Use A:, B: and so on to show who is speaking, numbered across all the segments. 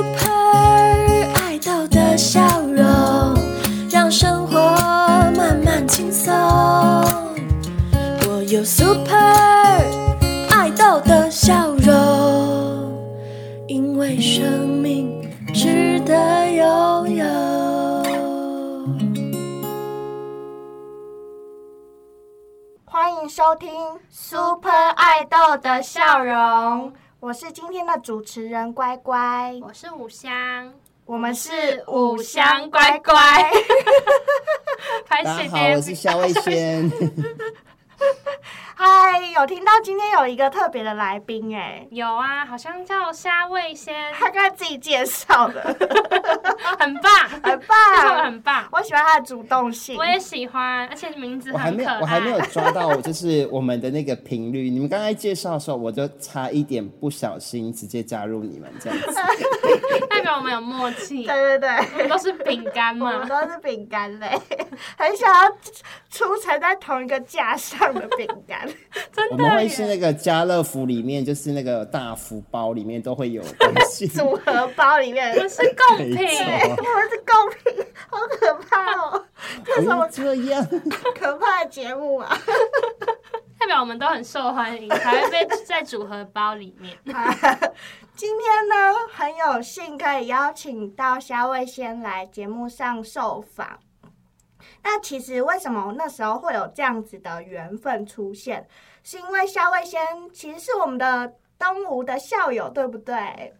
A: Super 爱豆的笑容，让生活慢慢轻松。我有 Super 爱豆的笑容，因为生命值得拥有。
B: 欢迎收听 Super 爱豆的笑容，我是今天的主持人乖乖，
C: 我是五香，
B: 我们是
C: 五香乖乖。 拍
D: 大家
C: 谢
D: 好，我是肖卫轩。
B: 嗨，有听到今天有一个特别的来宾哎，
C: 有啊，好像叫虾味 鲜，
B: 他刚才自己介绍 的，
C: 很棒，
B: 很
C: 这个
B: 棒，
C: 很棒，
B: 我喜欢他的主动性
C: 我。也喜欢，而且名字
D: 我还
C: 很
D: 没
C: 可
D: 有
C: 爱。，
D: 我还没有抓到，就是我们的那个频率。你们刚才介绍的时候，我就差一点不小心直接加入你们这样子。
C: 代表我们有默契
B: 对，对对，
C: 都是饼干
B: 我
C: 嘛。
B: 们都是饼干类， 很想要出成在同一个架上的饼 干。
D: 我们会是那个家乐福里面，就是那个大福包里面都会有东 西。
B: 组合包里面，哎
C: 我们是贡
D: 没
C: 品，
D: 错，
B: 我们是公平，好可怕哦！这是我
D: 不
B: 们
D: 这样。
B: 可怕的节目啊！
C: 代表我们都很受欢迎，才会被在组合包里 面。
B: 今天呢，很有幸可以邀请到夏卫先来节目上受访。那其实为什么那时候会有这样子的缘分出现，是因为夏卫先其实是我们的东吴的校友，对不对？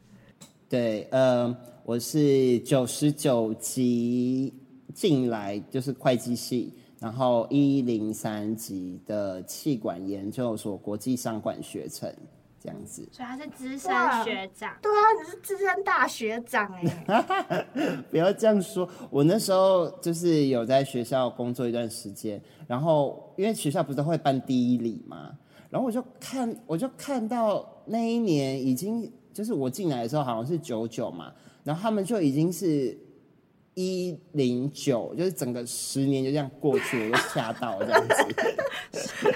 D: 对，呃，我是九十九级进来，就是会计系，然后一零三级的气管研究所国际商管学程，这样子。
C: 所以他是资深
B: 哇
C: 学长，
B: 对啊，你是资深大学长哎、
D: 不要这样说。我那时候就是有在学校工作一段时间，然后因为学校不是都会办第一礼嘛，然后我就看，我就看到那一年已经就是我进来的时候好像是九九嘛，然后他们就已经是。一零九，就是整个十年就这样过去，我就吓到这样子。
C: 所以你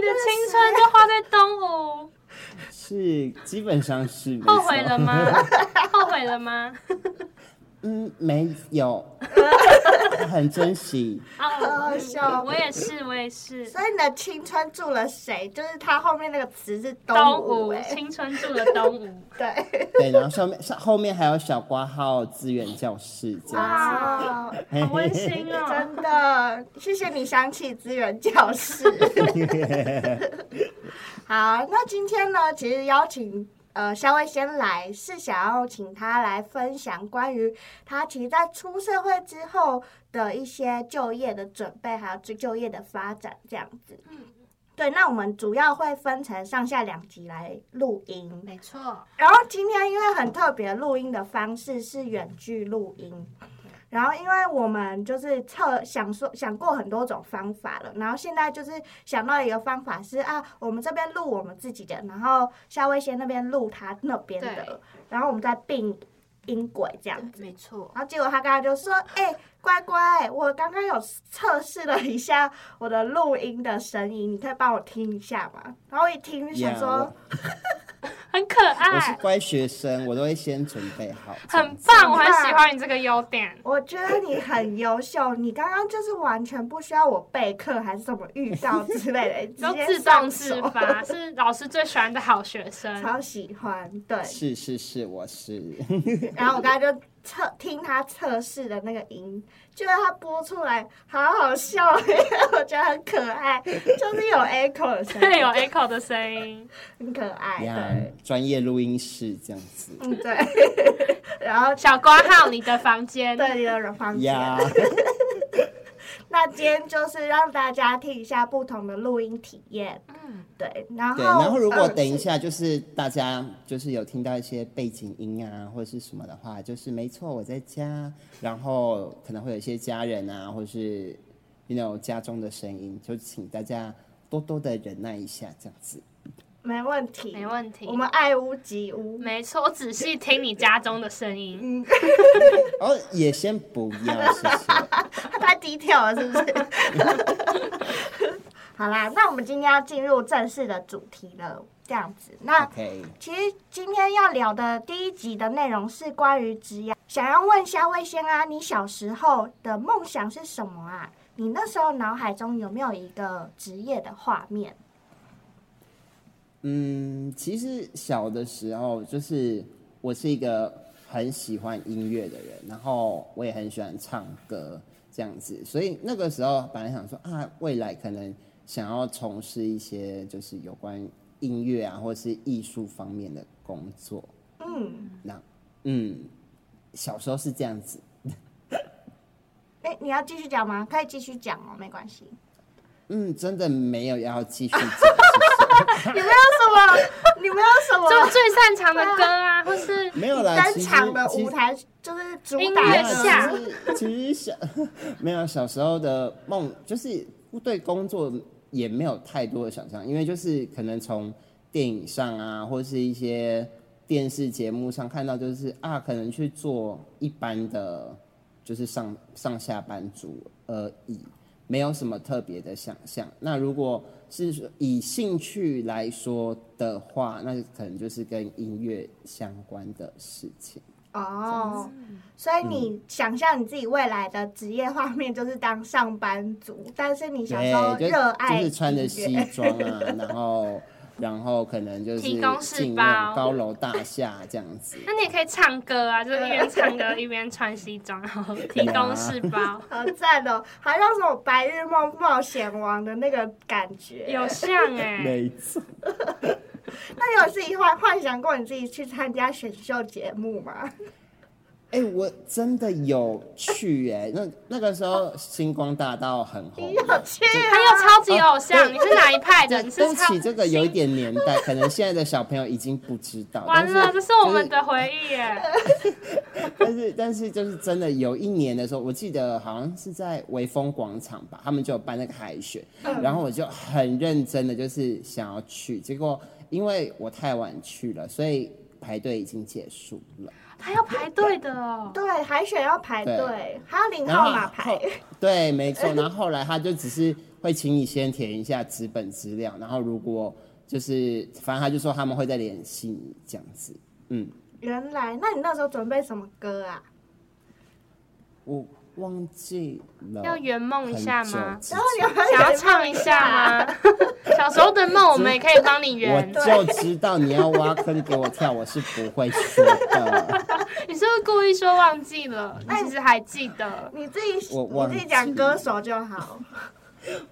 C: 的青春就花在东吴，
D: 是，基本上是没错
C: 后悔了 吗？后悔了吗？
D: 嗯，没有， 很珍惜。
B: 好笑
C: 哦，我也是，我也是。
B: 所以你的青春住了谁？就是他后面那个词是
C: 东
B: 东吴
C: 吴
B: 哎、，
C: 青春住的东 吴，
B: 对，
D: 对，然后上面上后面还有小挂号资源教室这样
B: 啊
D: 子。
B: 哇，
C: 好温 馨哦！
B: 真的，谢谢你想起资源教室。好，那今天呢，其实邀请呃肖卫先来，是想要请他来分享关于他其实在出社会之后的一些就业的准备，还有就就业的发展这样子。对，那我们主要会分成上下两集来录音。
C: 没错，
B: 然后今天因为很特别，录音的方式是远距录音。然后因为我们就是测想说想过很多种方法了，然后现在就是想到一个方法是啊，我们这边录我们自己的，然后夏威夷那边录他那边
C: 对
B: 的，然后我们再并音轨这样子。
C: 没错，
B: 然后结果他刚刚就说：“哎、乖乖，我刚刚有测试了一下我的录音的声音，你可以帮我听一下吗？”然后我一听就想
D: Yeah，
B: 说。
D: 我
C: 很可
D: 我是
C: 爱，
D: 乖学生，我都会先准备好。
C: 很棒，我
B: 很
C: 很
B: 棒
C: 喜欢你这个优点。
B: 我觉得你很优秀，你刚刚就是完全不需要我备课还是什么预告之类的，
C: 都
B: 直接
C: 自
B: 上
C: 动自
B: 手，
C: 发， 是老师最喜欢的好学生。
B: 超喜欢。对，
D: 是是是，我是
B: 然后我刚刚就测听他测试的那个音，就是他播出来好好笑， 我觉得很可爱，就是有 echo 的声
C: 对， 有
B: 音，
C: echo 的声音，
B: 很可爱。
D: 呀
B: 哎对，
D: 专业录音室这样子。
B: 嗯对， 然后
C: 小挂号你的房间，
B: 对你的房间。
D: 呀，
B: 那今天就是让大家听一下不同的录音体验。嗯，对，然后
D: 对，然后如果
B: 呃
D: 等一
B: 是
D: 下就是大家就是有听到一些背景音啊或者是什么的话，就是没错我在家，然后可能会有一些家人啊或是 you know 家中的声音，就请大家多多的忍耐一下这样子。
B: 没问题，
C: 没问题
B: 我们爱屋及乌，
C: 没错，我仔细听你家中的声音，
B: 嗯
D: 哦，也先不要，谢谢。
B: 啊他太低调了，是不是？ 好啦，那我们今天要进入正式的主题了。这样子。那
D: OK，
B: 其实今天要聊的第一集的内容是关于职业，想要问夏薇先啊，你小时候的梦想是什么啊？你那时候脑海中有没有一个职业的画面？
D: 嗯，其实小的时候就是我是一个很喜欢音乐的人，然后我也很喜欢唱歌这样子，所以那个时候本来想说啊，未来可能想要从事一些就是有关音乐啊或是艺术方面的工作。
B: 嗯，
D: 那嗯，小时候是这样子。
B: 哎、你要继续讲吗？可以继续讲哦，没关系。
D: 嗯，真的没有要继续讲， 谢
B: 你们有什么？ 你们有什
C: 就
B: 么啊
C: 最擅长的歌啊，或是
D: 谢没有啦。
B: 登
D: 其实
B: 场的
D: 其
B: 舞
D: 实
B: 台就是主
C: 音
B: 打
C: 乐
B: 歌
C: 下
D: 没有其实其实小 没有小时候的梦，就是对工作也没有太多的想象，因为就是可能从电影上啊，或是一些电视节目上看到，就是啊，可能去做一般的，就是上上下班族而已，没有什么特别的想象。那如果是说以兴趣来说的话，那可能就是跟音乐相关的事情。
B: 哦，所以你想象你自己未来的职业画面就是当上班族，但是你小时候
D: 对，就
B: 热爱
D: 就是穿着西
B: 音乐
D: 装啊，然后然后可能就是
C: 提供室
D: 进
C: 包
D: 那种高楼大厦这样子。
C: 那你也可以唱歌啊，就是一边唱 歌一边穿西 装，然后提供试包，
B: 好赞哦，好像什么白日梦冒险王的那个感觉。
C: 有像哎、
D: 没错，
B: 那你有自己幻幻想过你自己去参加选秀节目吗？
D: 哎、我真的有去哎、那那个时候星光大道很红
B: 你。有去
C: 还
B: 啊？
C: 有超级偶像，你是哪一派的？
D: 哦对
C: 你是
D: 对不
C: 超
D: 起，这个有一点年代，可能现在的小朋友已经不知道。
C: 完了，
D: 但
C: 这
D: 是
C: 是我们的回忆耶！
D: 但是但是就是真的有一年的时候，我记得好像是在微风广场吧，他们就有办那个海选，
C: 嗯
D: 然后我就很认真的就是想要去，结果因为我太晚去了，所以排队已经结束了。
C: 还要排队的哦，
B: 对，海选要排队
D: 对，
B: 还要领
D: 然后
B: 号码牌
D: 后。对，没 错。然后后来他就只是会请你先填一下纸本资料，然后如果就是反正他就说他们会再联系你这样子。嗯，
B: 原来，那你那时候准备什么歌啊？
D: 我忘记了，
C: 要圆梦一下吗
D: 很久？之
B: 然后你们
C: 想要唱一下 吗？小时候的梦，我们也可以帮你
D: 我
C: 圆。
D: 就知道你要挖坑给我跳，我是不会说的。
C: 你是不是故意说忘记了？你
D: 哎
C: 其实还记得。
B: 你自己
D: 我
B: 你
D: 忘
B: 自
D: 记
B: 己讲歌手就好。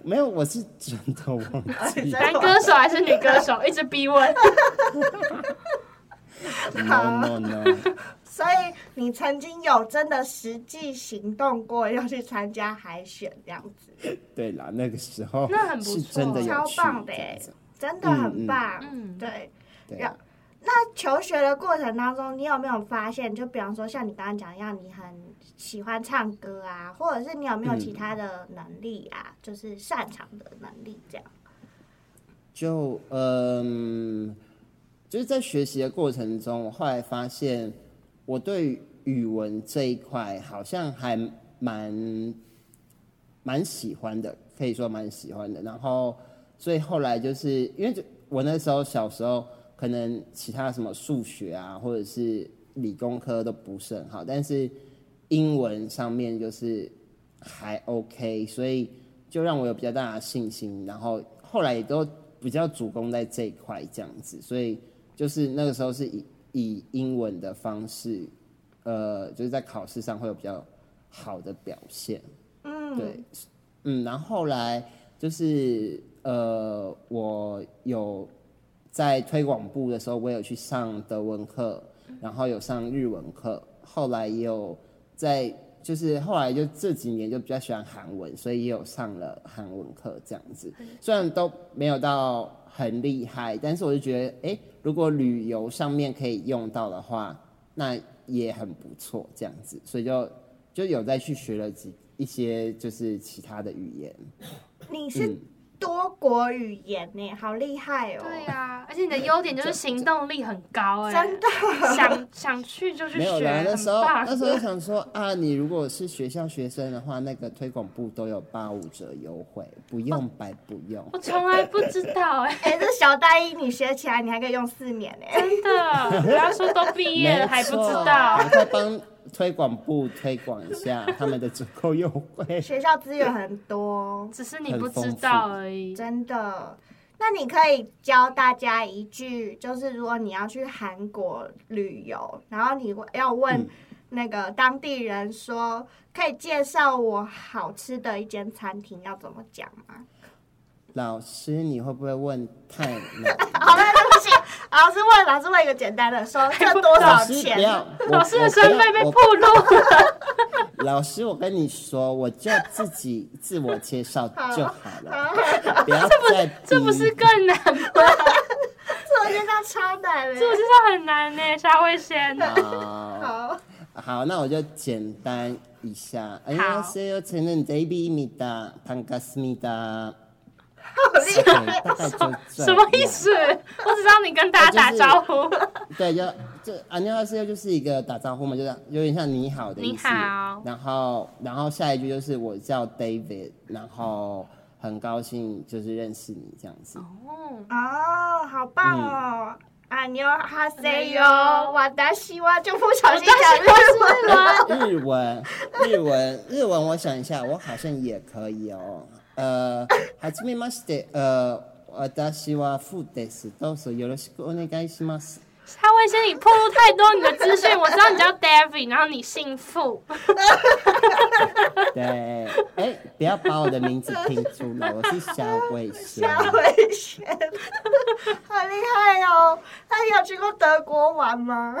D: 没有，我是真的忘 记了。
C: 男歌手还是女歌手？一直逼 问。
D: 啊 No no no，
B: 所以你曾经有真的实际行动过，要去参加海选这样子，
D: 对啦，那个时候
C: 那很不错
D: 是真的有
B: 超
D: 趣
B: 棒的
D: 这
B: 耶
D: 样
C: 欸
D: 子
B: 真的很棒。
C: 嗯嗯
B: 对。
D: 对啊
B: 然那求学的过程当中，你有没有发现，就比方说像你刚刚讲一样，你很喜欢唱歌啊，或者是你有没有
D: 嗯
B: 其他的能力啊，就是擅长的能力这样？
D: 就嗯，就是在学习的过程中，我后来发现我对语文这一块好像还蛮蛮喜欢的，可以说蛮喜欢的。然后，所以后来就是因为就我那时候小时候，可能其他什么数学啊，或者是理工科都不是很好，但是英文上面就是还 OK，所以就让我有比较大的信心。然后后来也都比较主攻在这一块这样子，所以就是那个时候是以以英文的方式，呃，就是在考试上会有比较好的表现。
B: 嗯，
D: 对，嗯，然后后来就是呃，我有在推广部的时候，我有去上德文课，然后有上日文课，后来也有在就是后来就这几年就比较喜欢韩文，所以也有上了韩文课这样子。虽然都没有到很厉害，但是我就觉得，哎，如果旅游上面可以用到的话，那也很不错这样子，所以就就有再去学了几一些就是其他的语言。
B: 你是多国语言呢，好厉害哦！
C: 对啊呀、而且你的优点就是行动力很高
D: 啊
C: 哎、
B: 真的
C: 想想去就去
D: 没有
C: 学，
D: 啦，那
C: 很
D: 时候
C: 棒。
D: 那时候就想说啊，你如果是学校学生的话，那个推广部都有八五折优惠，不用白不用。
C: 我从来不知道哎、
B: 哎、这小大一你学起来，你还可以用四欸年呢。
C: 真的，不要说都毕业了还不知道
D: 没错赶，快帮推广部推广一下他们的折扣优 惠。
B: 学校资源很多，
C: 只是你不知道而已。
B: 真的。那你可以教大家一句，就是如果你要去韩国旅游，然后你要问
D: 嗯
B: 那个当地人说，可以介绍我好吃的一间餐厅，要怎么讲吗？
D: 老师，你会不会问太 难？
B: 好了，对不 起，老师问老师问一个简单的，说这多
D: 老
B: 少
D: 师
B: 钱
D: 不？ 要，我
C: 老师的身份被
D: 我
C: 暴
D: 不要
C: 露了，
D: 我老师，我跟你说，我就自己自我介绍就好了，不要再逼
C: 这不是更难吗？
B: 这我觉得超难的。欸
C: 这我知道很难呢、夏慧仙。
D: 好。
B: 好，
D: 好，那我就简单一下。안녕하
C: 好
D: 세요저는데이비입니다반갑습니다
B: 好厉
D: 对，
B: 害。
D: 大概就这样
C: 什么意？思？我只知道你跟大家打招呼。
D: 对，就就안녕하세요就是一个打招呼嘛，就是啊有点像你好的意思。
C: 你好
D: 然后，然后下一句就是我叫 David，然后很高兴就是认识你这样子。
C: 哦，
B: 哦，好棒哦！啊，你有哈塞哟，
C: 안녕요
B: 瓦达西哇，就不小心
C: 我当
B: 讲
C: 时
B: 日文。
C: 是吗？
D: 日文，日文，日文，我想一下，我好像也可以哦。呃，はじめまして。呃，私はフです。どうぞよろしくお願いします。
C: 夏慧仙，你暴露太多你的资讯。我知道你叫 David，然后你姓傅，
D: 对，哎、不要把我的名字拼出来，我是小慧仙。
B: 夏威轩，好厉害哦！那你有去过德国玩吗？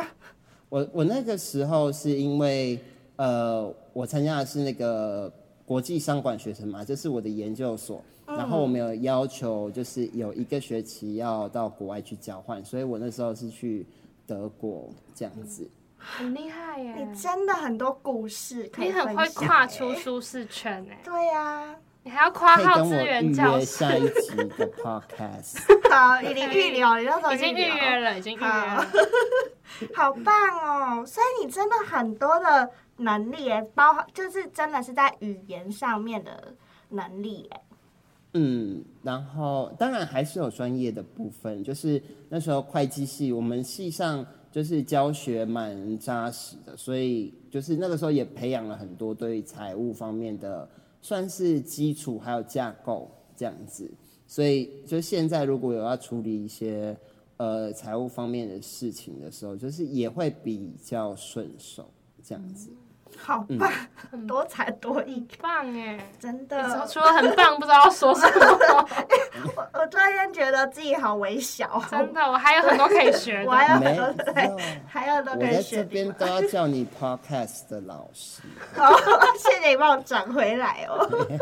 D: 我我那个时候是因为呃，我参加的是那个国际商管学生嘛，这是我的研究所。
C: 嗯
D: 然后我们有要求，就是有一个学期要到国外去交换，所以我那时候是去德国这样子。
C: 很厉害耶！
B: 哎你真的很多故事可以
C: 你
B: 分享，
C: 很会跨出舒适圈哎，
B: 对呀、
C: 你还要夸
D: 可以
C: 号
D: 跟
C: 资
D: 我
C: 源
D: 预
C: 教室，
D: 约下一集的 podcast。
B: 好，你预留，你那时候
C: 已经预
B: 留
C: 约了，已经预约
B: 好
C: 了。
B: 好棒哦！所以你真的很多的能力耶，包含就是真的是在语言上面的能力耶。
D: 嗯，然后当然还是有专业的部分，就是那时候会计系，我们系上就是教学蛮扎实的，所以就是那个时候也培养了很多对于财务方面的算是基础还有架构这样子。所以就现在如果有要处理一些呃财务方面的事情的时候，就是也会比较顺手这样子。
B: 好棒，多才多艺，
C: 很棒哎！
B: 真
C: 你
B: 的。
C: 除了很棒，不知道要说什 么。
B: 我我突然间觉得自己好微小，哦
C: 真的，我还有很多可以学
B: 我
C: 的。
B: 还有
D: 没
B: 很
D: 有
B: 多嗯 对，还有都
D: 我
B: 可以
D: 在
B: 学
D: 这
B: 地
D: 边
B: 方。
D: 都要叫你 podcast 的老师。
B: 好， 谢谢你帮我转回来哦。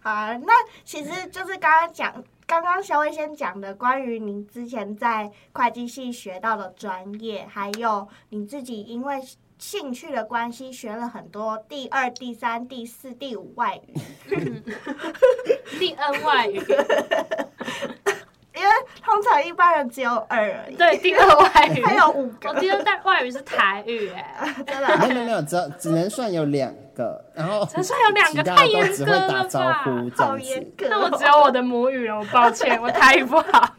B: 好啊，那其实就是刚刚讲，刚刚小伟先讲的关于您之前在会计系学到的专业，还有你自己因为兴趣的关系学了很多第二、第三、第四、第五外语。
C: 第 N 外语，
B: 因为通常一般人只有二而已，
C: 对，第二外语。
B: 还有五个
C: 我，第二代外语是台语哎，
B: 真的。啊
D: 没有没有没有，只只能算有两个，然后
C: 能算有两个
D: 其他
C: 太
D: 都
C: 严
D: 只
C: 格
D: 会
C: 了
D: 打招
C: 吧
D: 呼这
B: 好
D: 样
B: 严
D: 子。
B: 格、哦。
C: 那我只有我的母语了，我抱歉，我台语不好。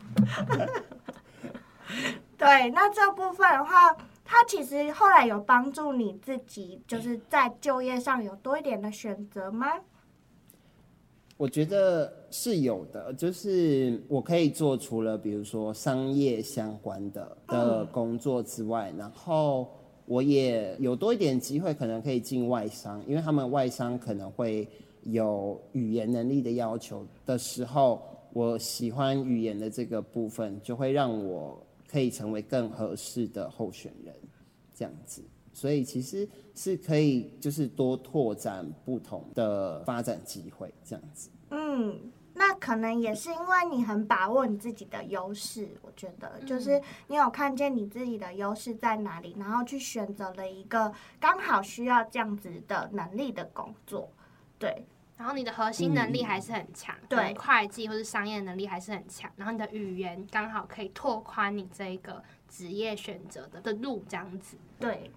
B: 对，那这部分的话，它其实后来有帮助你自己，就是在就业上有多一点的选择吗？
D: 我觉得是有的，就是我可以做除了比如说商业相关的的工作之外，然后我也有多一点机会，可能可以进外商，因为他们外商可能会有语言能力的要求的时候，我喜欢语言的这个部分，就会让我可以成为更合适的候选人，这样子。所以其实是可以，就是多拓展不同的发展机会，这样子。
B: 嗯，那可能也是因为你很把握你自己的优势，我觉得
C: 嗯
B: 就是你有看见你自己的优势在哪里，然后去选择了一个刚好需要这样子的能力的工作。对，
C: 然后你的核心能力还是很强，
B: 对
C: 会计或是商业能力还是很强，然后你的语言刚好可以拓宽你这一个职业选择的的路，这样子。
B: 对。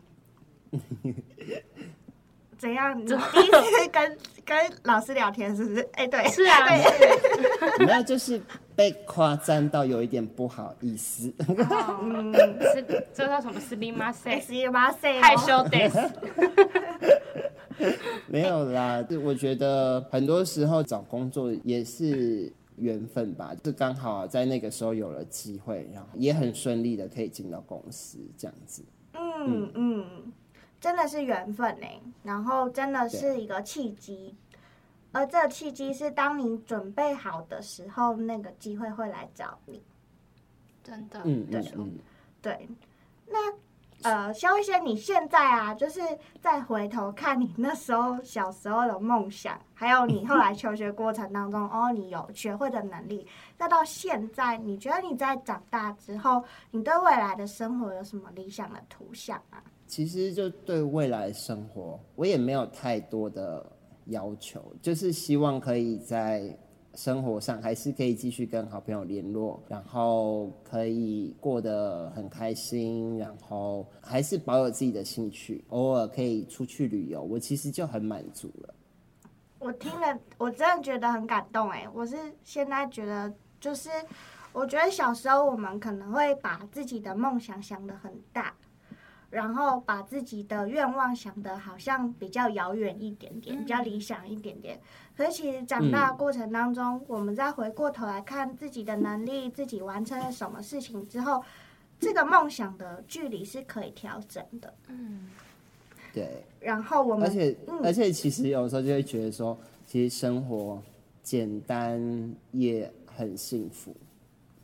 B: 怎样？你第一次跟跟老师聊天是不是？哎、对，
C: 是 啊，
D: 没有，就是被夸赞到有一点不好意思。
C: 嗯，是这叫什么 s l i m a s
B: ，S 八 C，
C: 害羞 des，
D: 没有啦，就我觉得很多时候找工作也是缘分吧，就刚好在那个时候有了机会，然后也很顺利的可以进到公司这样子。
B: 嗯嗯，真的是缘分呢、然后真的是一个契机，而这契机是当你准备好的时候，那个机会会来找你。
C: 真的，
D: 嗯
C: 没
D: 嗯
C: 错
D: 嗯，
B: 对，那呃，肖一轩，你现在啊，就是再回头看你那时候小时候的梦想，还有你后来求学过程当中，哦，你有学会的能力，再到现在，你觉得你在长大之后，你对未来的生活有什么理想的图像啊？
D: 其实就对未来生活，我也没有太多的要求，就是希望可以在生活上还是可以继续跟好朋友联络，然后可以过得很开心，然后还是保有自己的兴趣，偶尔可以出去旅游，我其实就很满足了。
B: 我听了，我真的觉得很感动哎！我是现在觉得，就是我觉得小时候我们可能会把自己的梦想想得很大，然后把自己的愿望想得好像比较遥远一点点，比较理想一点点。可是其实
D: 嗯
B: 长大的过程当中，我们再回过头来看自己的能力，自己完成了什么事情之后，这个梦想的距离是可以调整的。
C: 嗯，
D: 对，
B: 然后我
D: 而
B: 们
D: 且、
B: 嗯
D: 而且其实有时候就会觉得说，其实生活简单也很幸福，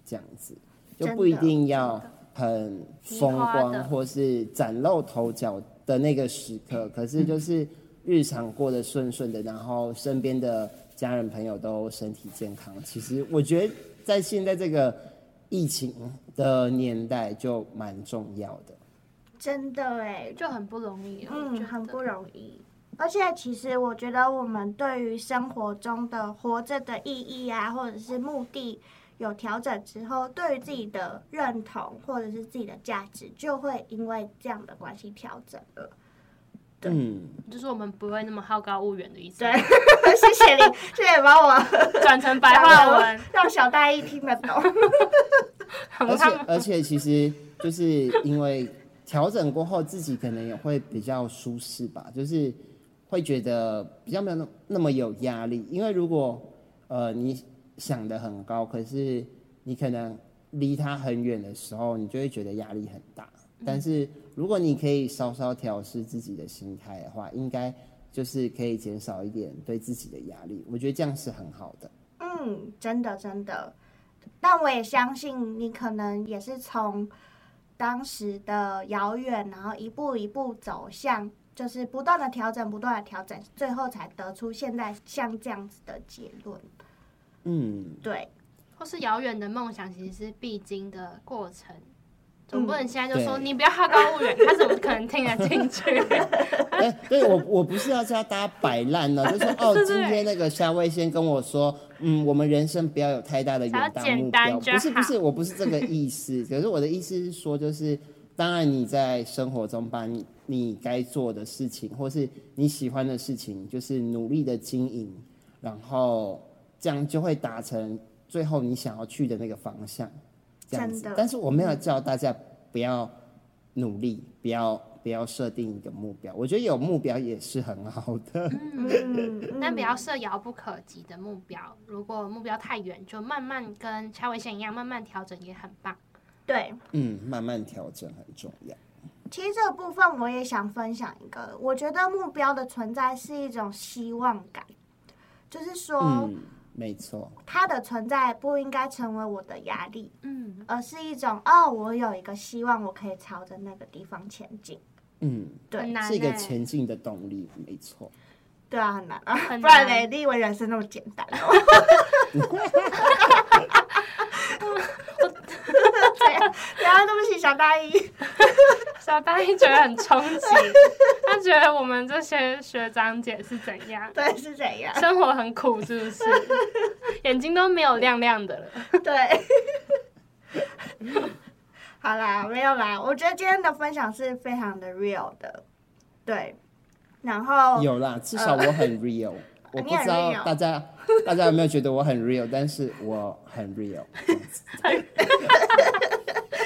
D: 这样子就
B: 真
D: 不一
B: 的
D: 定要很风
C: 移花的
D: 光或是崭露头角的那个时
B: 嗯
D: 刻，可是就是日常过得顺顺的，然后身边的家人朋友都身体健康，其实我觉得在现在这个疫情的年代就蛮重要的。
B: 真的哎，
C: 就很不容易，我觉
B: 嗯，
C: 得
B: 很不容易。而且其实我觉得我们对于生活中的活着的意义啊，或者是目的有调整之后，对于自己的认同或者是自己的价值，就会因为这样的关系调整了。 对
D: 嗯，
C: 就是我们不会那么好高骛远的意思，
B: 对，谢谢你，谢谢帮我
C: 转成白话文，
B: 让小大一听得懂。
D: 而
C: 很
D: 且
C: 他们
D: 而且其实就是因为调整过后，自己可能也会比较舒适吧，就是会觉得比较没有那那么有压力。因为如果呃你想的很高，可是你可能离它很远的时候，你就会觉得压力很大。
C: 嗯
D: 但是如果你可以稍稍调试自己的心态的话，应该就是可以减少一点对自己的压力。我觉得这样是很好的。
B: 嗯，真的真的，但我也相信你可能也是从当时的遥远，然后一步一步走向，就是不断的调整，不断的调整，最后才得出现在像这样子的结论。
D: 嗯，
B: 对，
C: 或是遥远的梦想，其实是必经的过程。总不能现在就说
D: 对
C: 你不要好高骛远，他怎么可能听得进去？
D: 哎、对我我不是要叫大家摆烂呢， 就说哦，
C: 对对
D: 今天那个夏威先跟我说，嗯，我们人生不要有太大的远大
C: 只要
D: 目
C: 简单
D: 标，
C: 就
D: 不是
C: 好
D: 不是，我不是这个意思，可是我的意思是说，就是当然你在生活中把你你该做的事情，或是你喜欢的事情，就是努力的经营，然后这样就会达成最后你想要去的那个方向，这样
B: 真
D: 子
B: 的。
D: 但是我没有叫大家不要努力，不要不要设定一个目标。我觉得有目标也是很好的。
B: 嗯，
C: 但
B: 嗯
C: 不要设遥不可及的目标。如果目标太远，就慢慢跟掐尾线一样，慢慢调整也很棒。
B: 对，
D: 嗯，慢慢调整很重要。
B: 其实这个部分我也想分享一个，我觉得目标的存在是一种希望感，就是说
D: 嗯，没错。
B: 它的存在不应该成为我的压力。
C: 嗯，
B: 而是一种哦，我有一个希望，我可以朝着那个地方前进。
D: 嗯，
C: 很
B: 对，
C: 难、欸，
D: 是一个前进的动力，没错。
B: 对啊，很难啊，
C: 很难
B: 不然嘞，你以为人生那么简单哦？ 对啊，对不起，小大一，
C: 小丹一觉得很冲 击，他觉得我们这些学长姐是怎样，
B: 对，是怎 样？
C: 生活很苦是 不是？眼睛都没有亮亮的了。
B: 对。 好啦，没有啦，我觉得今天的分享是非常的 real 的，对。然后
D: 有啦，至少我很 real。我 不知道
B: 呃 real
D: 大家大家有没有觉得我很 real，但是我很 real。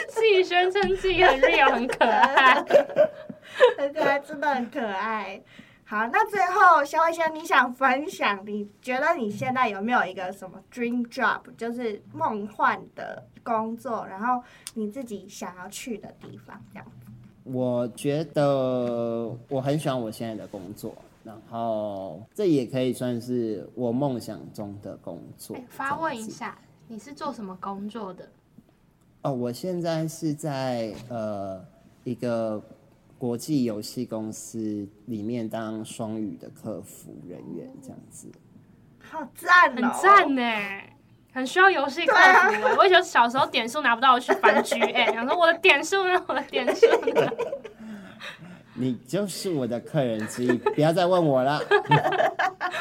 C: 自己宣称自己很 real 很可爱，
B: 而且还真的很可爱。好，那最后肖慧仙，你想分享，你觉得你现在有没有一个什么 dream job，就是梦幻的工作，然后你自己想要去的地方，这样？
D: 我觉得我很喜欢我现在的工作，然后这也可以算是我梦想中的工作
C: 哎。发问
D: 这
C: 一
D: 样子
C: 下，你是做什么工作的？
D: 哦，我现在是在呃一个国际游戏公司里面当双语的客服人员这样子。
B: 好赞
C: 很
B: 哦！
C: 赞呢、很需要游戏克服、欸。
B: 啊
C: 我以前小时候点数拿不到，我去翻 GA，想说我的点数呢，我的点数 呢。
D: 你就是我的客人之 一，不要再问我了。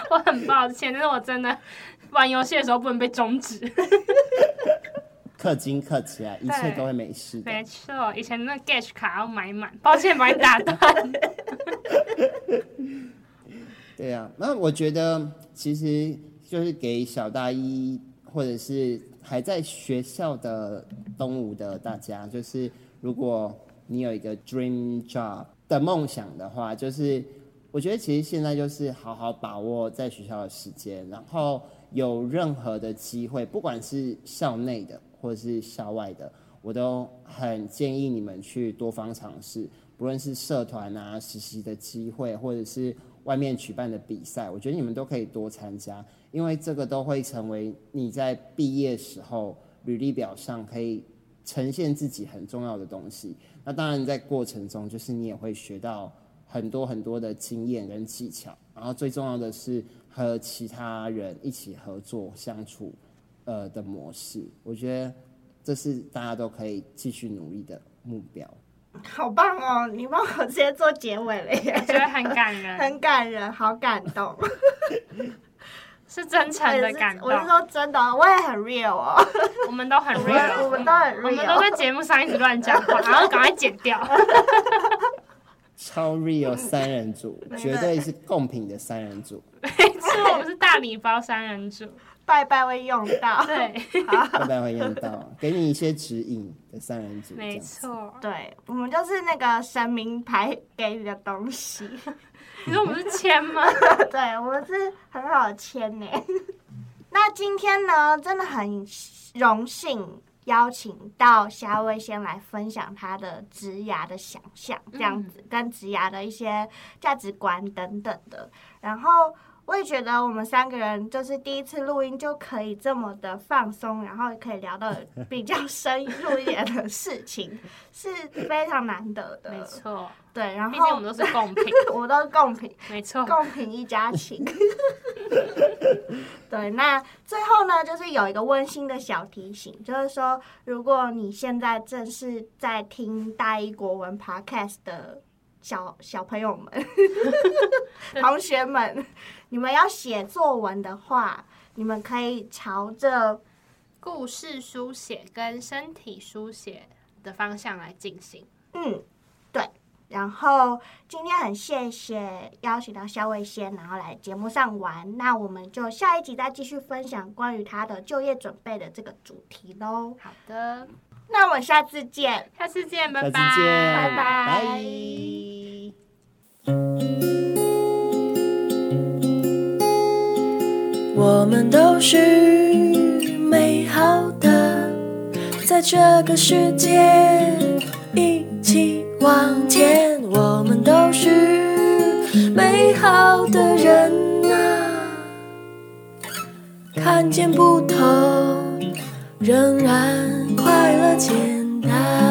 C: 我很抱歉，但是我真的玩游戏的时候不能被终止。
D: 氪金氪起来，一切
C: 对
D: 都会没事的。
C: 没错，以前那 Gash 卡要买满，抱歉把你打 断。
D: 对啊，那我觉得其实就是给小大一或者是还在学校的东吴的大家，就是如果你有一个 dream job 的梦想的话，就是我觉得其实现在就是好好把握在学校的时间，然后有任何的机会，不管是校内的或者是校外的，我都很建议你们去多方尝试，不论是社团啊、实习的机会，或者是外面举办的比赛，我觉得你们都可以多参加，因为这个都会成为你在毕业时候履历表上可以呈现自己很重要的东西。那当然，在过程中，就是你也会学到很多很多的经验跟技巧，然后最重要的是和其他人一起合作相处，呃的模式，我觉得这是大家都可以继续努力的目标。
B: 好棒哦！你帮我直接做结尾了耶，
C: 觉得很感人，
B: 很感人，好感动，
C: 是真诚的感动
B: 我。是说真的，我也很 real 哦。
C: 我们都很
B: 我
C: real，
B: 们我们都很 real
C: 我们都在节目上一直乱讲话，然后赶快剪 掉。
D: 超 real 三人组，绝对是贡品的三人组。
C: 没错，我们是大礼包三人组。
B: 拜拜会用到，
C: 对，
D: 拜拜会用到， 给你一些指引的三人组，这
C: 没
D: 样子。
C: 错。
B: 对，我们就是那个神明牌给你的东西，
C: 你说我们是签吗？
B: 对我们是很好签呢。那今天呢，真的很荣幸邀请到夏薇先来分享她的职涯的想象，这样
C: 嗯
B: 子、跟职涯的一些价值观等等的。然后我也觉得我们三个人就是第一次录音就可以这么的放松，然后可以聊到比 较深入一点的事情，是非常难得的。
C: 没错，
B: 对，然后
C: 毕竟我们都是贡 品。
B: 我都是共品，
C: 没错，
B: 共品一家亲。对，那最后呢，就是有一个温馨的小提醒，就是说，如果你现在正是在听大一国文 podcast 的小小朋友们、 同学们，你们要写作文的话，你们可以朝着
C: 故事书写跟身体书写的方向来进行。
B: 嗯，对。然后今天很谢谢邀请到肖卫先，然后来节目上玩。那我们就下一集再继续分享关于他的就业准备的这个主题喽。
C: 好的，
B: 那我们下次见，
C: 下次见，拜
D: 下
C: 拜，
D: 次见，
B: 拜拜
D: 拜
A: 我们都是美好的，在这个世界一起往前。我们都是美好的人啊，看见不同，仍然快乐简单。